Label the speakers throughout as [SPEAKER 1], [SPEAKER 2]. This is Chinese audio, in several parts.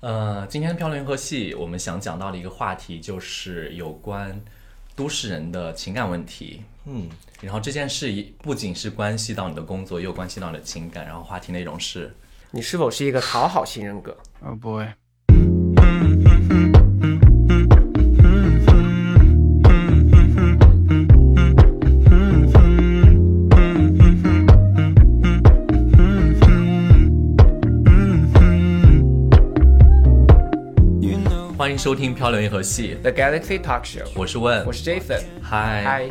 [SPEAKER 1] 呃，今天漂流银河系我们想讲到的一个话题就是有关都市人的情感问题。
[SPEAKER 2] 嗯，
[SPEAKER 1] 然后这件事一不仅是关系到你的工作，也有关系到你的情感。然后话题内容是，
[SPEAKER 3] 你是否是一个讨好型人格？
[SPEAKER 4] Oh boy.
[SPEAKER 1] 欢迎收听《漂流银河系
[SPEAKER 3] The Galaxy Talk Show，》，
[SPEAKER 1] 我是问
[SPEAKER 3] 我，是 Jason。
[SPEAKER 1] 嗨，
[SPEAKER 3] 嗨，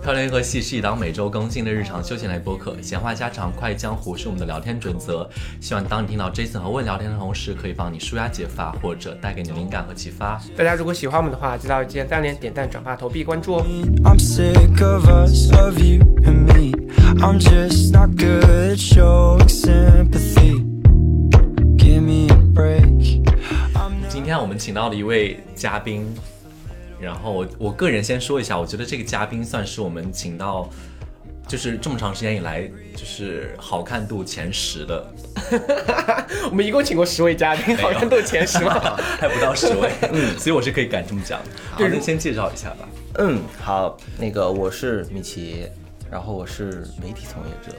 [SPEAKER 1] 《漂流银河系》是一档每周更新的日常休闲类播客，闲话家常、快意江湖是我们的聊天准则。希望当你听到 Jason 和问聊天的同时，可以帮你舒压解乏，或者带给你灵感和启发。
[SPEAKER 3] 大家如果喜欢我们的话，记得要记得三连、点赞、转发、投币、关注哦。
[SPEAKER 4] I'm sick of us, of you and me. I'm just not good at showing sympathy. Give me a break. I'm
[SPEAKER 1] 今天我们请到了一位嘉宾，然后我我个人先说一下，我觉得这个嘉宾算是我们请到，就是这么长时间以来就是好看度前十的，
[SPEAKER 3] 我们一共请过十位嘉宾，
[SPEAKER 1] 没有
[SPEAKER 3] 好像都有前十吗？，
[SPEAKER 1] 还不到十位， 嗯，所以我是可以敢这么讲。好，那先介绍一下吧。
[SPEAKER 2] 嗯，好，那个我是米奇，然后我是媒体从业者，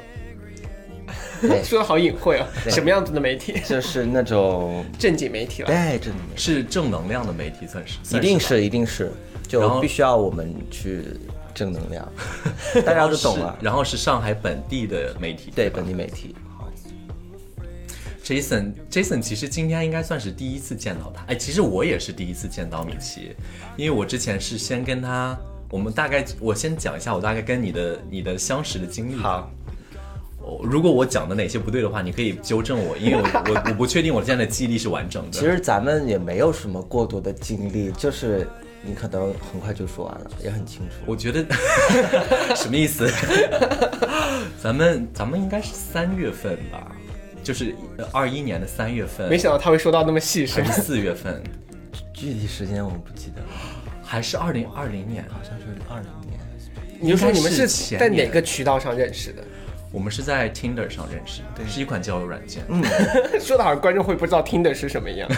[SPEAKER 2] 对
[SPEAKER 3] 说的好隐晦哦，什么样子的媒体？
[SPEAKER 2] 就是那种
[SPEAKER 3] 正经媒体了。
[SPEAKER 2] 对，真的没
[SPEAKER 1] 是正能量的媒体，算是，
[SPEAKER 2] 有，一
[SPEAKER 1] 算
[SPEAKER 2] 定
[SPEAKER 1] 吧
[SPEAKER 2] 是一定是，
[SPEAKER 1] 然
[SPEAKER 2] 就
[SPEAKER 1] 后
[SPEAKER 2] 必须要我们去正能 量，大家都懂了
[SPEAKER 1] 是。然后是上海本地的媒体，
[SPEAKER 2] 对
[SPEAKER 1] 吧
[SPEAKER 2] 本地媒体，
[SPEAKER 1] Jason，Jason 其实今天应该算是第一次见到他。哎，其实我也是第一次见到米奇，因为我之前是先跟他，我们大概我先讲一下我大概跟你的你的相识的经历。
[SPEAKER 2] 好，
[SPEAKER 1] 哦，如果我讲的哪些不对的话，你可以纠正我，因为我我我不确定我现在的记忆力是完整的。
[SPEAKER 2] 其实咱们也没有什么过多的经历，就是你可能很快就说完了，也很清楚。
[SPEAKER 1] 我觉得 什么意思？ 咱们咱们应该是三月份吧，就是呃二一年的三月份，
[SPEAKER 3] 没想到他会说到那么细，是
[SPEAKER 1] 还
[SPEAKER 3] 吗
[SPEAKER 1] 是？四月份，
[SPEAKER 2] 具体时间我不记得了，
[SPEAKER 1] 还是二零二零年？
[SPEAKER 2] 好像是二零年。
[SPEAKER 3] 你就说你们
[SPEAKER 1] 应该是
[SPEAKER 3] 是
[SPEAKER 1] 前
[SPEAKER 3] 在
[SPEAKER 1] 年
[SPEAKER 3] 哪个渠道上认识的？
[SPEAKER 1] 我们是在 Tinder 上认识，的，是一款交友软件。
[SPEAKER 3] 嗯说的好像观众会不知道听的是什么一样。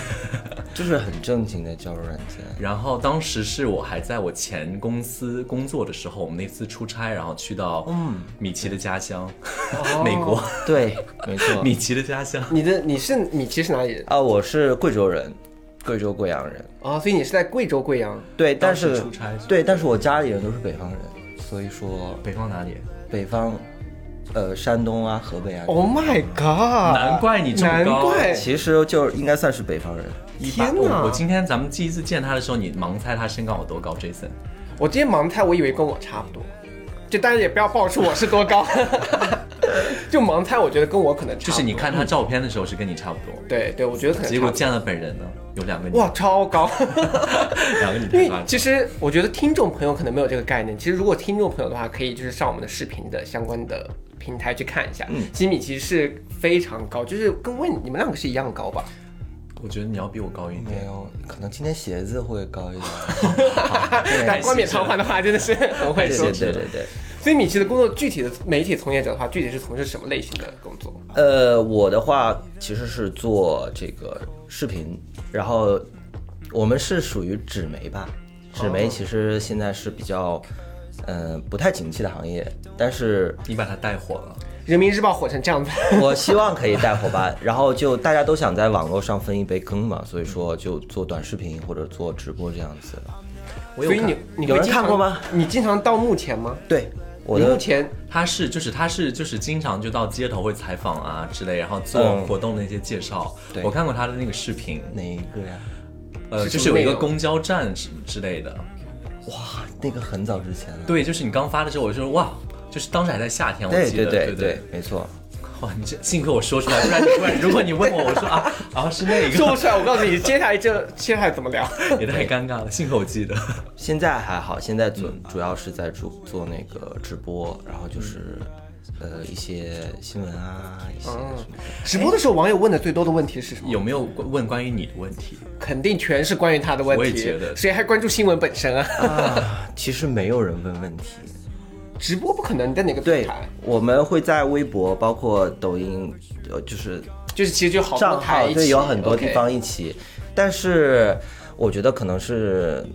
[SPEAKER 2] 就是很正经的交友软件，
[SPEAKER 1] 然后当时是我还在我前公司工作的时候，我们那次出差，然后去到
[SPEAKER 3] 嗯
[SPEAKER 1] 米奇的家乡，
[SPEAKER 3] 哦
[SPEAKER 1] 美国，
[SPEAKER 2] 对， 没错。
[SPEAKER 1] 米奇的家乡。
[SPEAKER 3] 你的你是米奇是哪里人
[SPEAKER 2] 啊，我是贵州人，贵州贵阳人。
[SPEAKER 3] 哦？所以你是在贵州贵阳。
[SPEAKER 2] 对，
[SPEAKER 1] 当
[SPEAKER 2] 但
[SPEAKER 1] 时
[SPEAKER 2] 是
[SPEAKER 1] 出差是
[SPEAKER 2] 对，但是我家里人都是北方人，所以说
[SPEAKER 1] 北方哪里？
[SPEAKER 2] 北方，呃，山东啊，河北啊，
[SPEAKER 1] 哦
[SPEAKER 3] Oh my god！
[SPEAKER 1] 难怪你这么
[SPEAKER 3] 难
[SPEAKER 1] 高
[SPEAKER 3] 怪
[SPEAKER 2] 其实就是应该算是北方人。
[SPEAKER 1] 一八
[SPEAKER 3] 天哪
[SPEAKER 1] 我我今天咱们第一次见他的时候，你盲猜他身高有多高，Jason？
[SPEAKER 3] 我今天盲猜，我以为跟我差不多，就当然也不要爆出我是多高，就盲猜，我觉得跟我可能差
[SPEAKER 1] 就
[SPEAKER 3] 不多。
[SPEAKER 1] 是你看他照片的时候是跟你差不多，
[SPEAKER 3] 对对，我觉得可能
[SPEAKER 1] 结果
[SPEAKER 3] 差不
[SPEAKER 1] 见了本人呢，有两个你
[SPEAKER 3] 多，哇，超高！
[SPEAKER 1] 两个你
[SPEAKER 3] 因
[SPEAKER 1] 太
[SPEAKER 3] 为
[SPEAKER 1] 夸张
[SPEAKER 3] 其实我觉得听众朋友可能没有这个概念，其实如果听众朋友的话，可以就是上我们的视频的相关的平台去看一下。吉米其实是非常高，就是跟问你们两个是一样高吧？
[SPEAKER 1] 我觉得你要比我高一
[SPEAKER 2] 没
[SPEAKER 1] 点。
[SPEAKER 2] 有，可能今天鞋子会高一点。
[SPEAKER 3] 但冠冕堂皇的话真的是很会
[SPEAKER 2] 对
[SPEAKER 3] 说
[SPEAKER 2] 对。对对对。
[SPEAKER 3] 所以米奇的工作具体的媒体从业者的话，具体是从事什么类型的工作？
[SPEAKER 2] 呃，我的话其实是做这个视频，然后我们是属于纸媒吧，纸
[SPEAKER 1] 哦
[SPEAKER 2] 媒其实现在是比较，嗯、不太景气的行业，但是
[SPEAKER 1] 你把他带火了。
[SPEAKER 3] 人民日报火成这样子，
[SPEAKER 2] 我希望可以带火吧。然后就大家都想在网络上分一杯羹嘛，所以说就做短视频或者做直播这样子。
[SPEAKER 1] 我有
[SPEAKER 3] 所以
[SPEAKER 1] 看
[SPEAKER 3] 你你
[SPEAKER 2] 有
[SPEAKER 3] 会
[SPEAKER 2] 人
[SPEAKER 3] 经常
[SPEAKER 2] 看过吗？
[SPEAKER 3] 你经常到幕前吗？
[SPEAKER 2] 对，我
[SPEAKER 3] 你目
[SPEAKER 2] 的
[SPEAKER 3] 前
[SPEAKER 1] 他是就是他是就是经常就到街头会采访啊之类，然后做
[SPEAKER 2] 嗯
[SPEAKER 1] 活动的一些介绍。
[SPEAKER 2] 对
[SPEAKER 1] 我看过他的那个视频，
[SPEAKER 2] 哪一个呀？
[SPEAKER 1] 呃，
[SPEAKER 3] 是
[SPEAKER 1] 就是
[SPEAKER 3] 什
[SPEAKER 1] 有
[SPEAKER 3] 么
[SPEAKER 1] 一个
[SPEAKER 3] 内容
[SPEAKER 1] 公交站之之类的。
[SPEAKER 2] 哇，那个很早之前了。
[SPEAKER 1] 对，就是你刚发的时候，我就说哇，就是当时还在夏天，我
[SPEAKER 2] 对
[SPEAKER 1] 记得
[SPEAKER 2] 对
[SPEAKER 1] 对
[SPEAKER 2] 对对，没错。
[SPEAKER 1] 哇，你这幸亏我说出来，不然不然如果你问我，我说啊啊是那
[SPEAKER 3] 说不
[SPEAKER 1] 个，
[SPEAKER 3] 出来，我告诉你，接下来这接下来怎么聊？
[SPEAKER 1] 也太尴尬了。幸亏我记得。
[SPEAKER 2] 现在还好，现在主主要是在主做那个直播，然后就是。呃，一些新闻啊，一些什么，
[SPEAKER 3] 直播的时候，网友问的最多的问题是什么？
[SPEAKER 1] 有没有问关于你的问题？
[SPEAKER 3] 肯定全是关于他的问题。
[SPEAKER 1] 我也觉得
[SPEAKER 3] 谁还关注新闻本身啊？
[SPEAKER 2] 其实没有人问问题。
[SPEAKER 3] 直播不可能，你在哪个平
[SPEAKER 2] 对
[SPEAKER 3] 台？，
[SPEAKER 2] 我们会在微博、包括抖音，呃，就是
[SPEAKER 3] 就是其实就好多
[SPEAKER 2] 账
[SPEAKER 3] 台
[SPEAKER 2] 号，
[SPEAKER 3] 一起，
[SPEAKER 2] 对，有很多
[SPEAKER 3] OK
[SPEAKER 2] 地方一起。但是我觉得可能是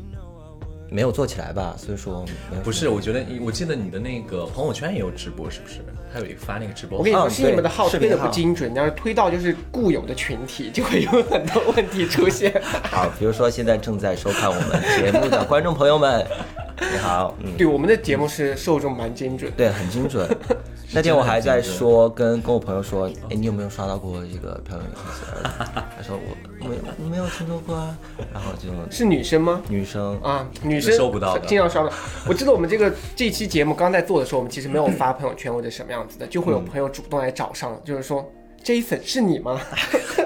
[SPEAKER 2] 没有做起来吧，所以说没有
[SPEAKER 1] 不是，我觉得你我记得你的那个朋友圈也有直播，是不是？他有一个发那个直播，
[SPEAKER 3] 我跟你说，
[SPEAKER 2] 啊
[SPEAKER 3] 是你们的号
[SPEAKER 2] 对
[SPEAKER 3] 推的
[SPEAKER 2] 视频
[SPEAKER 3] 不
[SPEAKER 2] 号
[SPEAKER 3] 精准，然后推到就是固有的群体，就会有很多问题出现。
[SPEAKER 2] 好。比如说现在正在收看我们节目的观众朋友们，你好，嗯，
[SPEAKER 3] 对，我们的节目是受众蛮精准的。
[SPEAKER 2] 对，很精 准。那天我还在说，跟跟我朋友说，哎，你有没有刷到过这个漂亮女孩？ 他说我没有没有听说过啊。然后就
[SPEAKER 3] 是女生吗？
[SPEAKER 2] 女生
[SPEAKER 3] 啊，女生
[SPEAKER 1] 收不到的
[SPEAKER 3] 经常收不到。我知道我们这个这期节目刚在做的时候，我们其实没有发朋友圈或者什么样子的，就会有朋友主动来找上了，就是说。Jason 是你 吗？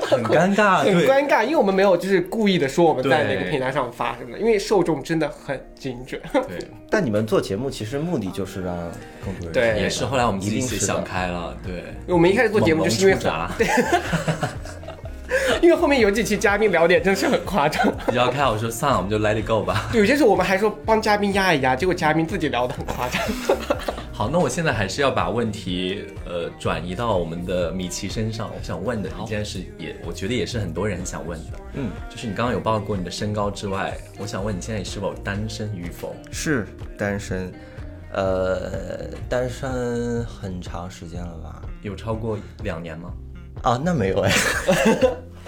[SPEAKER 2] 很尴尬，
[SPEAKER 3] 很
[SPEAKER 2] 对。
[SPEAKER 3] 尴尬，因为我们没有就是故意的说我们在
[SPEAKER 1] 对
[SPEAKER 3] 哪个平台上发什么的，因为受众真的很精 准。
[SPEAKER 1] 对，
[SPEAKER 2] 但你们做节目其实目的就是让更多人
[SPEAKER 3] 对
[SPEAKER 1] 也是后来我们自己
[SPEAKER 2] 一定是的
[SPEAKER 1] 想开了，对，
[SPEAKER 3] 我们一开始做节目就是因为
[SPEAKER 1] 猛龙出闸
[SPEAKER 3] 对，因为后面有几期嘉宾聊点真是很夸张。
[SPEAKER 1] 你要开我说算了，我们就 let it go 吧。
[SPEAKER 3] 对有些时候我们还说帮嘉宾压一压，结果嘉宾自己聊得很夸张。
[SPEAKER 1] 好，那我现在还是要把问题呃转移到我们的米奇身上。我想问的一件事也，我觉得也是很多人想问的，嗯，就是你刚刚有报过你的身高之外，我想问你现在是否单身与否？
[SPEAKER 2] 是单身，呃，单身很长时间了吧？
[SPEAKER 1] 有超过两年吗？
[SPEAKER 2] 啊，那没有哎。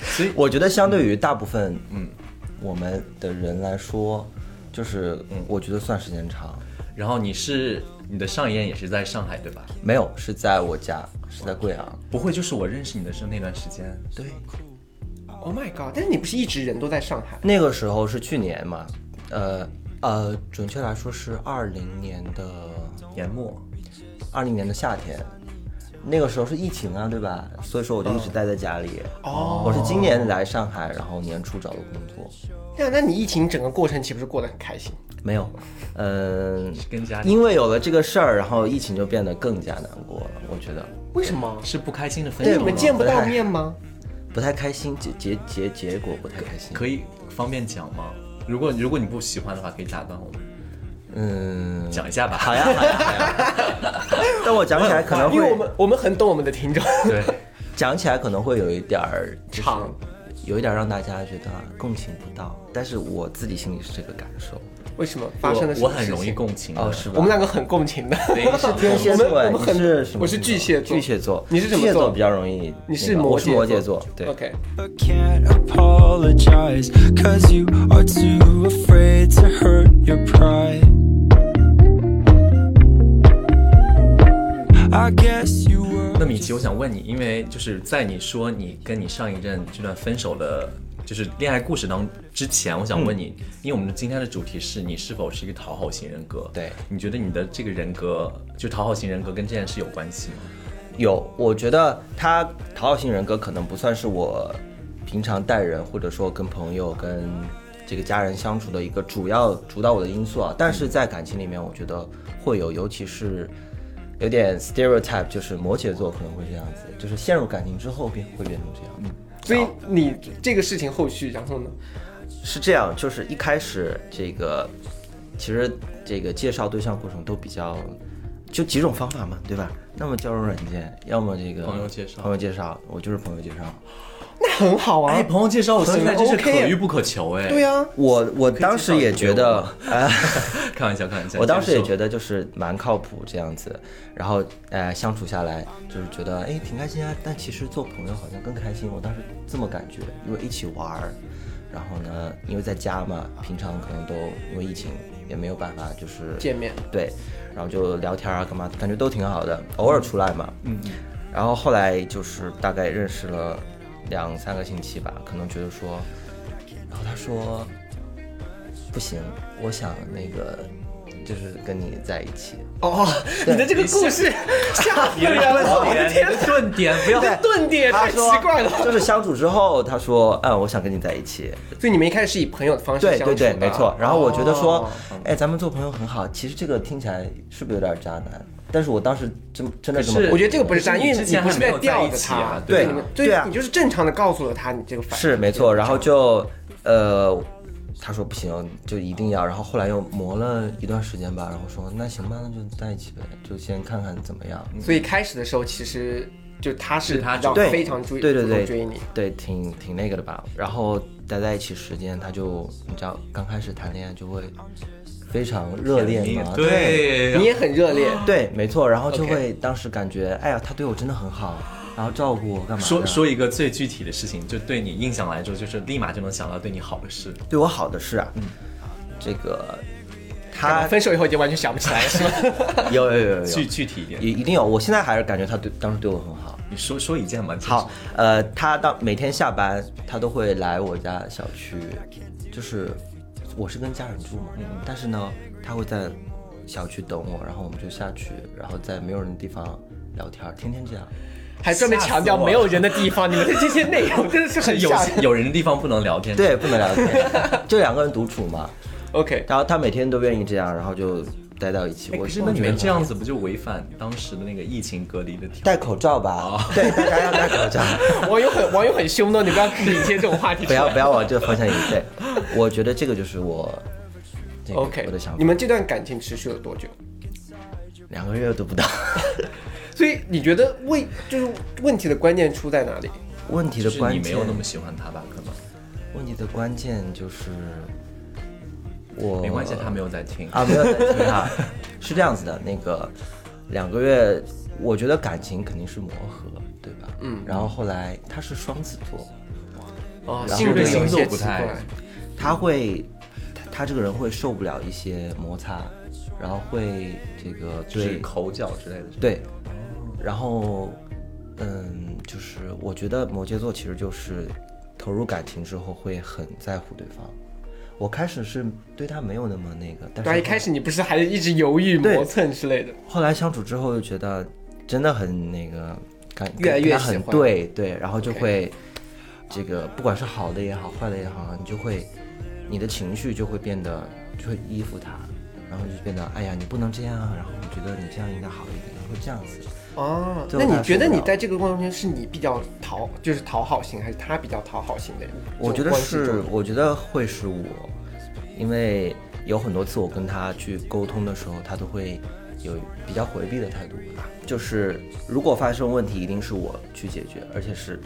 [SPEAKER 2] 所以我觉得，相对于大部分嗯我们的人来说，就是我觉得算时间长。
[SPEAKER 1] 然后你是你的上一任也是在上海对吧？
[SPEAKER 2] 没有，是在我家，是在贵阳。
[SPEAKER 1] 不会就是我认识你的时候那段时间？
[SPEAKER 2] 对，
[SPEAKER 3] Oh my god！但是你不是一直人都在上海？
[SPEAKER 2] 那个时候是去年嘛，呃呃，准确来说是二零年的
[SPEAKER 1] 年末，
[SPEAKER 2] 二零年的夏天，那个时候是疫情啊，对吧？所以说我就一直待在家里。
[SPEAKER 3] 哦
[SPEAKER 2] 我是今年来上海，然后年初找的工作。
[SPEAKER 3] 那那你疫情整个过程岂不是过得很开心？
[SPEAKER 2] 没有，嗯、
[SPEAKER 1] 跟家里
[SPEAKER 2] 因为有了这个事儿，然后疫情就变得更加难过了。我觉得
[SPEAKER 3] 为什么？
[SPEAKER 1] 是不开心的分
[SPEAKER 3] 因为
[SPEAKER 1] 手
[SPEAKER 3] 你
[SPEAKER 1] 吗
[SPEAKER 3] 们见不到面吗？
[SPEAKER 2] 不太开心，结结结结果不太开心。
[SPEAKER 1] 可以方便讲吗？如果如果你不喜欢的话，可以打断我们
[SPEAKER 2] 嗯，
[SPEAKER 1] 讲一下吧。
[SPEAKER 2] 好呀好呀好呀。但我讲起来可 能
[SPEAKER 3] 因为我
[SPEAKER 2] 会
[SPEAKER 3] 们我们很懂我们的听众。
[SPEAKER 1] 对，
[SPEAKER 2] 讲起来可能会有一点儿就是
[SPEAKER 3] 长
[SPEAKER 2] 有一点儿让大家觉得共情不到，但是我自己心里是这个感受。
[SPEAKER 3] 为什么发生
[SPEAKER 1] 我
[SPEAKER 3] 了什
[SPEAKER 1] 我
[SPEAKER 3] 么事情？
[SPEAKER 1] 很容易共情的啊
[SPEAKER 2] 哦，是
[SPEAKER 3] 嗯
[SPEAKER 2] 吧？
[SPEAKER 3] 我们两个很共情的。
[SPEAKER 1] 非常
[SPEAKER 2] 天蝎座，哎
[SPEAKER 3] 我们我们
[SPEAKER 2] 你
[SPEAKER 3] 很
[SPEAKER 2] 是什么
[SPEAKER 3] 我是
[SPEAKER 2] 星座
[SPEAKER 3] 巨蟹座
[SPEAKER 2] 巨蟹座，
[SPEAKER 3] 你是什么
[SPEAKER 2] 巨蟹座
[SPEAKER 3] 座
[SPEAKER 2] 比较容易那个？
[SPEAKER 3] 你是
[SPEAKER 2] 我
[SPEAKER 3] 摩
[SPEAKER 2] 是摩
[SPEAKER 3] 羯
[SPEAKER 2] 羯座，对。
[SPEAKER 3] OK，
[SPEAKER 4] But can't apologize, cause you are too afraid to hurt your pride. I guess you were.
[SPEAKER 1] 那米奇，我想问你，因为就是在你说你跟你上一任这段分手的，就是恋爱故事当之前，我想问
[SPEAKER 3] 嗯
[SPEAKER 1] 你，因为我们今天的主题是你是否是一个讨好型人格？
[SPEAKER 2] 对
[SPEAKER 1] 你觉得你的这个人格，就讨好型人格跟这件事有关系吗？
[SPEAKER 2] 有，我觉得他讨好型人格可能不算是我平常待人或者说跟朋友、跟这个家人相处的一个主要主导我的因素啊。但是在感情里面，我觉得会有，尤其是有点 stereotype，就是摩羯座可能会这样子，就是陷入感情之后变会变成这样。
[SPEAKER 3] 所以你这个事情后续然后呢？
[SPEAKER 2] 是这样，就是一开始这个，其实这个介绍对象过程都比较，就几种方法嘛，对吧？那么交友软件，要么这个
[SPEAKER 1] 朋友介绍
[SPEAKER 2] 朋友介绍，我就是朋友介绍。
[SPEAKER 3] 那很好啊。
[SPEAKER 1] 哎，朋友介绍我现在真是可
[SPEAKER 3] OK
[SPEAKER 1] 遇不可求哎。
[SPEAKER 3] 对啊，
[SPEAKER 2] 我我当时也觉得，啊，
[SPEAKER 1] 开玩笑，开玩笑。
[SPEAKER 2] 我当时也觉
[SPEAKER 1] 得，
[SPEAKER 2] 得就是蛮靠谱这样子，然后呃相处下来就是觉得哎挺开心啊，但其实做朋友好像更开心，我当时这么感觉，因为一起玩儿，然后呢因为在家嘛，平常可能都因为疫情也没有办法就是
[SPEAKER 3] 见面
[SPEAKER 2] 对，然后就聊天啊干嘛，感觉都挺好的，偶尔出来嘛，嗯，然后后来就是大概认识了两三个星期吧，可能觉得说，然后他说不行，我想那个就是跟你在一起，
[SPEAKER 3] 哦，你的这个故事吓死人了！
[SPEAKER 1] 哎
[SPEAKER 3] 我的天，
[SPEAKER 1] 顿点 不要。
[SPEAKER 3] 这顿点太奇怪了。
[SPEAKER 2] 就是相处之后，他说，嗯，我想跟你在一起，
[SPEAKER 3] 所以你们一开始是以朋友的方式
[SPEAKER 2] 对
[SPEAKER 3] 相处
[SPEAKER 2] 对
[SPEAKER 3] 的
[SPEAKER 2] 对，没错。然后我觉得说
[SPEAKER 3] 哦，
[SPEAKER 2] 哎，咱们做朋友很好，其实这个听起来是不是有点渣男？但是我当时真真的这么
[SPEAKER 1] 可是
[SPEAKER 3] 我觉得这个不是渣，因为
[SPEAKER 1] 之前
[SPEAKER 3] 你不是
[SPEAKER 1] 还没有在
[SPEAKER 3] 吊
[SPEAKER 1] 一
[SPEAKER 3] 着
[SPEAKER 1] 起
[SPEAKER 3] 他
[SPEAKER 1] 啊，
[SPEAKER 2] 对
[SPEAKER 3] 你们
[SPEAKER 2] 啊
[SPEAKER 3] 对
[SPEAKER 2] 对啊
[SPEAKER 3] 你就是正常的告诉了他你这个反应
[SPEAKER 2] 是没错，然后就呃，他说不行，就一定要，然后后来又磨了一段时间
[SPEAKER 3] 嗯
[SPEAKER 2] 吧，然后说那行吧，那就在一起呗，就先看看怎么样。
[SPEAKER 3] 所以开始的时候其实就他是
[SPEAKER 1] 是他
[SPEAKER 3] 比较
[SPEAKER 2] 追对
[SPEAKER 3] 非常追，
[SPEAKER 2] 对对
[SPEAKER 3] 主动
[SPEAKER 2] 对
[SPEAKER 3] 追你，
[SPEAKER 2] 对，挺挺那个的吧。然后待在一起时间，他就你知道，刚开始谈恋爱就会非常热恋嘛，
[SPEAKER 1] 对，啊
[SPEAKER 3] 你也很热烈，
[SPEAKER 2] 对，没错。然后就
[SPEAKER 3] OK
[SPEAKER 2] 会当时感觉，哎呀，他对我真的很好，然后照顾我干嘛的
[SPEAKER 1] 说说一个最具体的事情，就对你印象来说，就是立马就能想到对你好的事。
[SPEAKER 2] 对我好的事
[SPEAKER 1] 嗯
[SPEAKER 2] 啊，这个他
[SPEAKER 3] 分手以后已经完全想不起来了，是吗？
[SPEAKER 2] 有有有有
[SPEAKER 1] 具
[SPEAKER 2] 有，
[SPEAKER 1] 具体一点，
[SPEAKER 2] 一一定有。我现在还是感觉他对当时对我很好。
[SPEAKER 1] 你说说一件吧。就是
[SPEAKER 2] 好，，呃，他当每天下班，他都会来我家小区，就是我是跟家人住嘛，
[SPEAKER 1] 嗯
[SPEAKER 2] 但是呢，他会在小区等我，然后我们就下去，然后在没有人的地方聊天，天天这样。
[SPEAKER 3] 还专门强调没有人的地方，你们的这些内容真的是很
[SPEAKER 1] 有
[SPEAKER 3] 吓人。
[SPEAKER 1] 有人的地方不能聊天。，
[SPEAKER 2] 对，不能聊天，就两个人独处嘛。
[SPEAKER 3] OK，
[SPEAKER 2] 然后他每天都愿意这样，然后就待到一起。
[SPEAKER 1] 哎，
[SPEAKER 2] 我
[SPEAKER 1] 可是
[SPEAKER 2] 我
[SPEAKER 1] 那你
[SPEAKER 2] 觉得
[SPEAKER 1] 们
[SPEAKER 2] 很
[SPEAKER 1] 这样子不就违反当时的那个疫情隔离的条？
[SPEAKER 2] 戴口罩
[SPEAKER 1] 哦
[SPEAKER 2] 吧？ 对，大家要戴口罩，
[SPEAKER 3] 网友很网友很凶的，你不要领先这种话题出
[SPEAKER 2] 不
[SPEAKER 3] 来。
[SPEAKER 2] 要不要往这个方向引。 对，我觉得这个就是我。这个
[SPEAKER 3] OK，
[SPEAKER 2] 我的想
[SPEAKER 3] 你
[SPEAKER 2] 法，
[SPEAKER 3] 们这段感情持续了多久？
[SPEAKER 2] 两个月都 不到。
[SPEAKER 3] 所以你觉得问就是问题的关键出在哪里？
[SPEAKER 2] 问题
[SPEAKER 1] 就
[SPEAKER 2] 的
[SPEAKER 1] 是
[SPEAKER 2] 关
[SPEAKER 1] 你
[SPEAKER 2] 键
[SPEAKER 1] 没有那么喜欢他吧？可能
[SPEAKER 2] 问题的关键就是我
[SPEAKER 1] 没关系，他没有在听。
[SPEAKER 2] 啊，没有在听啊， 是这样子的，那个两个月，我觉得感情肯定是磨合，对吧？嗯，然后后来他是双子座，
[SPEAKER 3] 哦，
[SPEAKER 2] 然后
[SPEAKER 3] 性格有一
[SPEAKER 1] 星座
[SPEAKER 3] 些
[SPEAKER 1] 不
[SPEAKER 3] 奇
[SPEAKER 1] 太
[SPEAKER 3] 怪。
[SPEAKER 2] 他会他他这个人会受不了一些摩擦，然后会这个
[SPEAKER 1] 就是
[SPEAKER 2] 对
[SPEAKER 1] 口角之类的。
[SPEAKER 2] 对，然后嗯，就是我觉得摩羯座其实就是投入感情之后会很在乎对方。我开始是对他没有那么那个，但
[SPEAKER 3] 对啊，
[SPEAKER 2] 是
[SPEAKER 3] 一开始你不是还一直犹豫
[SPEAKER 2] 对
[SPEAKER 3] 磨蹭之类的？
[SPEAKER 2] 后来相处之后就觉得真的很那个感，
[SPEAKER 3] 越来越
[SPEAKER 2] 跟他
[SPEAKER 3] 喜
[SPEAKER 2] 很
[SPEAKER 3] 欢
[SPEAKER 2] 对对，然后就会这个不管是好的也好，坏的也好，你就会你的情绪就会变得就会依附他，然后就变得哎呀你不能这样，然后我觉得你这样应该好一点，会这样子。
[SPEAKER 3] 哦，
[SPEAKER 2] 最
[SPEAKER 3] 那
[SPEAKER 2] 后
[SPEAKER 3] 你
[SPEAKER 2] 他
[SPEAKER 3] 觉
[SPEAKER 2] 受
[SPEAKER 3] 得
[SPEAKER 2] 不
[SPEAKER 3] 你
[SPEAKER 2] 了
[SPEAKER 3] 在这个过程中是你比较讨，就是讨好型，还是他比较讨好型的？
[SPEAKER 2] 我觉
[SPEAKER 3] 这
[SPEAKER 2] 得
[SPEAKER 3] 种关系
[SPEAKER 2] 是
[SPEAKER 3] 中，
[SPEAKER 2] 我觉得会是我，因为有很多次我跟他去沟通的时候，他都会有比较回避的态度吧。就是如果发生问题，一定是我去解决，而且是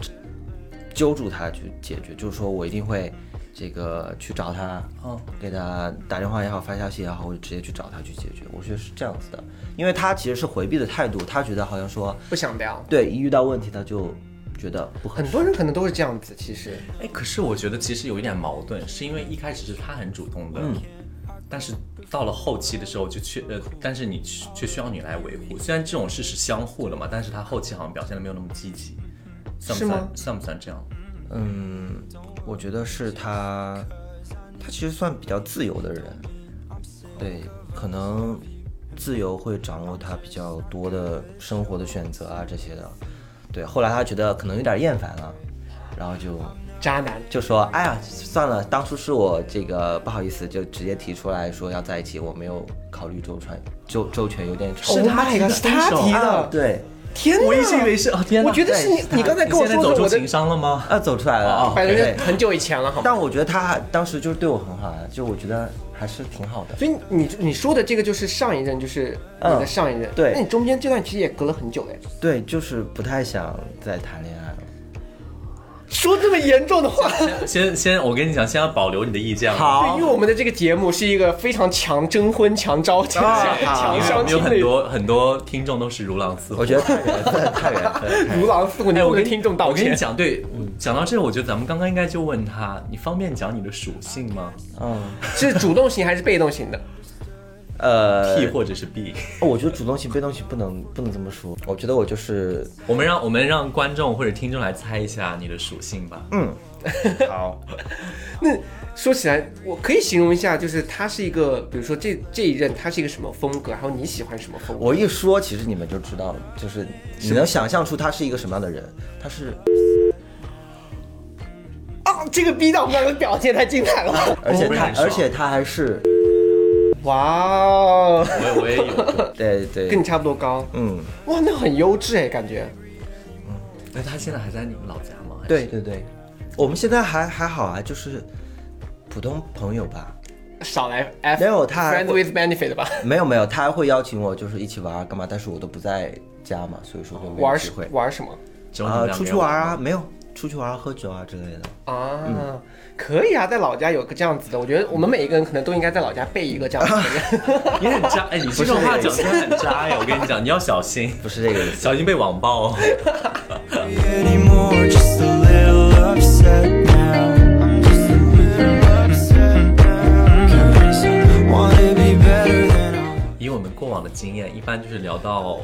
[SPEAKER 2] 揪住他去解决，就是说我一定会这个去找他，
[SPEAKER 3] 嗯
[SPEAKER 1] 哦
[SPEAKER 2] 给他打电话也好，发消息也好，我就直接去找他去解决。我觉得是这样子的，因为他其实是回避的态度，他觉得好像说，
[SPEAKER 3] 不想聊。
[SPEAKER 2] 对，一遇到问题他就觉得不合
[SPEAKER 3] 很多人可能都是这样子，其实
[SPEAKER 1] 哎，可是我觉得其实有一点矛盾，是因为一开始是他很主动的，
[SPEAKER 3] 嗯
[SPEAKER 1] 但是到了后期的时候就缺呃，但是你却却需要你来维护。虽然这种事是相互的嘛，但是他后期好像表现的没有那么积极，算不
[SPEAKER 3] 是吗啊
[SPEAKER 1] 算算不算这样？
[SPEAKER 2] 嗯，我觉得是他，他其实算比较自由的人，对，可能自由会掌握他比较多的生活的选择啊这些的，对。后来他觉得可能有点厌烦了，然后就
[SPEAKER 3] 渣男
[SPEAKER 2] 就说：“哎呀，算了，当初是我这个不好意思，就直接提出来说要在一起，我没有考虑周全，周周全有点哦
[SPEAKER 3] 是他
[SPEAKER 1] Oh my
[SPEAKER 3] 提的哦
[SPEAKER 1] God，
[SPEAKER 3] 是他
[SPEAKER 1] 分手
[SPEAKER 3] 提的
[SPEAKER 2] 啊，对，
[SPEAKER 3] 天哪！
[SPEAKER 1] 我一直以为是啊，天哪！
[SPEAKER 3] 我觉得是你
[SPEAKER 2] 对，
[SPEAKER 3] 你刚才
[SPEAKER 1] 你
[SPEAKER 3] 跟我
[SPEAKER 1] 现在
[SPEAKER 3] 说
[SPEAKER 1] 走
[SPEAKER 3] 的，
[SPEAKER 1] 出
[SPEAKER 3] 我的
[SPEAKER 1] 情伤了吗？
[SPEAKER 2] 啊，走出来了，
[SPEAKER 1] 哦
[SPEAKER 3] 反
[SPEAKER 1] 对
[SPEAKER 3] 正
[SPEAKER 2] 对
[SPEAKER 3] 就。很久以前了，好吗？
[SPEAKER 2] 但我觉得他当时就是对我很好啊，就我觉得还是挺好的。
[SPEAKER 3] 所以你你说的这个就是上一任，就是你的
[SPEAKER 2] 嗯
[SPEAKER 3] 上一任。
[SPEAKER 2] 对
[SPEAKER 3] 那你中间这段其实也隔了很久哎。
[SPEAKER 2] 对，就是不太想再谈恋爱了。
[SPEAKER 3] 说这么严重的话，
[SPEAKER 1] 先先，我跟你讲，先要保留你的意见。，啊
[SPEAKER 3] 对，因为我们的这个节目是一个非常强征婚、强
[SPEAKER 2] 啊
[SPEAKER 3] 招、 强
[SPEAKER 1] 因
[SPEAKER 3] 强
[SPEAKER 1] 为我
[SPEAKER 3] 相
[SPEAKER 1] 们有
[SPEAKER 3] 亲
[SPEAKER 1] 很
[SPEAKER 3] 的
[SPEAKER 1] 多很多听众都是如狼似虎。
[SPEAKER 2] 我觉得太缘分，太缘分。
[SPEAKER 3] 如狼似虎，你
[SPEAKER 1] 哎，
[SPEAKER 3] 不
[SPEAKER 1] 我
[SPEAKER 3] 跟
[SPEAKER 1] 跟
[SPEAKER 3] 听众道
[SPEAKER 1] 我跟你
[SPEAKER 3] 歉。
[SPEAKER 1] 讲，对，讲到这，我觉得咱们刚刚应该就问他，你方便讲你的属性吗
[SPEAKER 2] 嗯，
[SPEAKER 3] 是主动型还是被动型的？
[SPEAKER 2] 呃，
[SPEAKER 1] ？P 或者是 B？
[SPEAKER 2] 我觉得主动型、被动型不能不能这么说。我觉得我就是，
[SPEAKER 1] 我们让我们让观众或者听众来猜一下你的属性吧。
[SPEAKER 2] 嗯，好，
[SPEAKER 3] 说起来，我可以形容一下，就是他是一个，比如说这这一任他是一个什么风格，然后你喜欢什么风格？
[SPEAKER 2] 我一说，其实你们就知道了，就是你能想象出他是一个什么样的人。他是，
[SPEAKER 3] 啊，这个逼到我们两个表现太精彩了！
[SPEAKER 2] 而且
[SPEAKER 1] 我不是
[SPEAKER 2] 他
[SPEAKER 1] 很，熟
[SPEAKER 2] 而且他还是，
[SPEAKER 3] 哇哦，
[SPEAKER 1] 我也我也有 过，
[SPEAKER 2] 对
[SPEAKER 3] 跟
[SPEAKER 2] 对
[SPEAKER 3] 你，差不多高，
[SPEAKER 2] 嗯，
[SPEAKER 3] 哇，那很优质哎，感觉。
[SPEAKER 1] 那他现在还在你们老家吗？还是
[SPEAKER 2] 对，对对，我们现在还还好啊，就是普通朋友吧。
[SPEAKER 3] 少来 F，
[SPEAKER 2] 没有他还
[SPEAKER 3] friends
[SPEAKER 2] 会
[SPEAKER 3] with benefit 吧，
[SPEAKER 2] 没有没有，他还会邀请我，就是一起玩儿干嘛？但是我都不在家嘛，所以说就没有
[SPEAKER 3] 玩
[SPEAKER 2] 机会
[SPEAKER 3] 玩什么
[SPEAKER 1] 只有你
[SPEAKER 2] 啊、
[SPEAKER 1] 们两
[SPEAKER 2] 出
[SPEAKER 1] 个
[SPEAKER 2] 去
[SPEAKER 1] 人
[SPEAKER 2] 玩儿
[SPEAKER 1] 吗
[SPEAKER 2] 啊，没有出去玩儿、喝酒啊之类的。
[SPEAKER 3] 啊？
[SPEAKER 2] 嗯
[SPEAKER 3] 可以啊，在老家有个这样子的，我觉得我们每一个人可能都应该在老家备一个这样子的人。
[SPEAKER 1] 你很渣，哎，你这种话讲出来很渣哎，我跟你讲，你要小心，
[SPEAKER 2] 不是这个意思，
[SPEAKER 1] 小心被网暴哦。
[SPEAKER 4] anymore. Just a little upset now. I'm just a little upset now. Cause I wanna be better than I.
[SPEAKER 1] 以我们过往的经验，一般就是聊到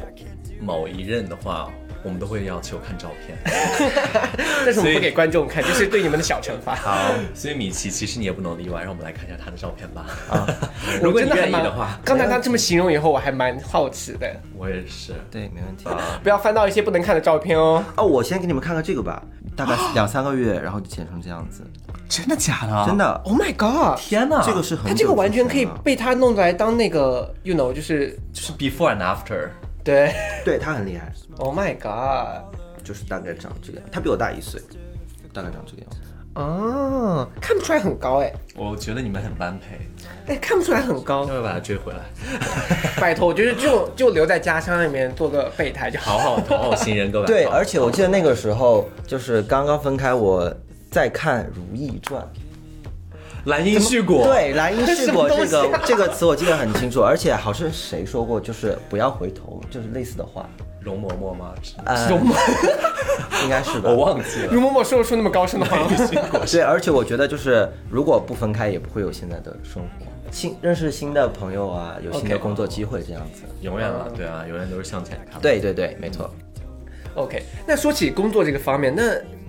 [SPEAKER 1] 某一任的话，我们都会要求看照片。
[SPEAKER 3] 但是
[SPEAKER 1] 所
[SPEAKER 3] 我们
[SPEAKER 1] 以
[SPEAKER 3] 不给观众看，这是对你们的小惩罚。
[SPEAKER 1] 好，所以米奇其实你也不能例外，让我们来看一下他的照片吧。 如
[SPEAKER 3] 我
[SPEAKER 1] 果你
[SPEAKER 3] 真的还
[SPEAKER 1] 愿意
[SPEAKER 3] 蛮
[SPEAKER 1] 的话，啊
[SPEAKER 3] 刚才他这么形容以后，我还蛮好奇的。
[SPEAKER 1] 我也是。
[SPEAKER 2] 对，没问题。
[SPEAKER 3] 不要翻到一些不能看的照 片哦。
[SPEAKER 2] 哦，嗯啊我先给你们看看这个吧，大概两三个月，然后就剪成这样子，
[SPEAKER 1] 真的假的？
[SPEAKER 2] 真。的，
[SPEAKER 3] Oh my god！
[SPEAKER 1] 天哪！
[SPEAKER 2] 这个是很
[SPEAKER 3] 他这个完全可以
[SPEAKER 2] 久之前啊了
[SPEAKER 3] 被他弄来当那个，you know，就是
[SPEAKER 1] 就是 before and after。
[SPEAKER 3] 对。
[SPEAKER 2] 对他很厉害，
[SPEAKER 3] Oh my god！
[SPEAKER 2] 就是大概长这个样，他比我大一岁，大概长这个样子。
[SPEAKER 3] 啊，看不出来很高哎，
[SPEAKER 1] 我觉得你们很般配，
[SPEAKER 3] 哎，看不出来很高
[SPEAKER 1] 要不。要把他追回来？
[SPEAKER 3] 拜托，我觉得就就留在家乡里面做个备胎就
[SPEAKER 1] 讨
[SPEAKER 3] 好。
[SPEAKER 1] 好讨好新人各位。
[SPEAKER 2] 对，而且我记得那个时候就是刚刚分开，我在看《如懿传》。
[SPEAKER 1] 蓝因絮果。，
[SPEAKER 2] 对，莱茵试过这
[SPEAKER 3] 什么啊
[SPEAKER 2] 个这个词，我记得很清楚，而且好像是谁说过，就是不要回头，就是类似的话，
[SPEAKER 1] 容嬷嬷吗？
[SPEAKER 2] 呃，
[SPEAKER 3] 容
[SPEAKER 2] 应该是 吧
[SPEAKER 1] 我。忘记 了。
[SPEAKER 3] 容嬷嬷说得出那么高深的话吗？
[SPEAKER 2] 对，而且我觉得就是如果不分开，也不会有现在的生活，新认识新的朋友啊，有新的
[SPEAKER 3] OK 嗯
[SPEAKER 2] 工作机会这样子。
[SPEAKER 1] 永远了，对啊，永远都是向前看。，
[SPEAKER 2] 对对对，没错。
[SPEAKER 3] OK，那说起工作这个方面，那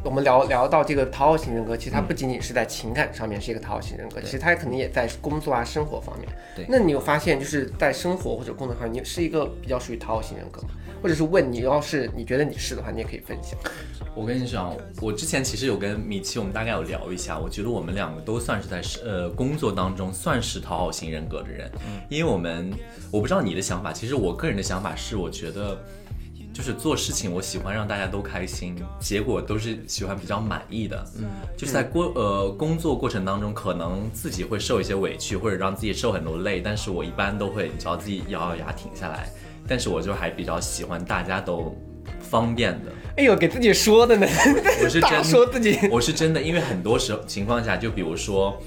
[SPEAKER 3] 我们聊聊到这个讨好型人格，其实它不仅仅是在情感上面是一个讨好型人格，其实它可能也在工作啊、生活方面。
[SPEAKER 2] 对
[SPEAKER 3] 那你有发现就是在生活或者工作上，你是一个比较属于讨好型人格吗？或者是问你，要是你觉得你是的话，你也可以分享。
[SPEAKER 1] 我跟你讲，我之前其实有跟米奇，我们大概有聊一下，我觉得我们两个都算是在呃工作当中算是讨好型人格的人，因为我们我不知道你的想法，其实我个人的想法是，我觉得。就是做事情，我喜欢让大家都开心，结果都是喜欢比较满意的。嗯，就是在过呃工作过程当中，可能自己会受一些委屈，或者让自己受很多累，但是我一般都会，你知道自己咬咬牙挺下来。但是我就还比较喜欢大家都方便的，
[SPEAKER 3] 哎呦，给自己说的呢，
[SPEAKER 1] 我 是
[SPEAKER 3] 大
[SPEAKER 1] 真
[SPEAKER 3] 说自己。
[SPEAKER 1] 我是真的，因为很多时候情况下，就比如说，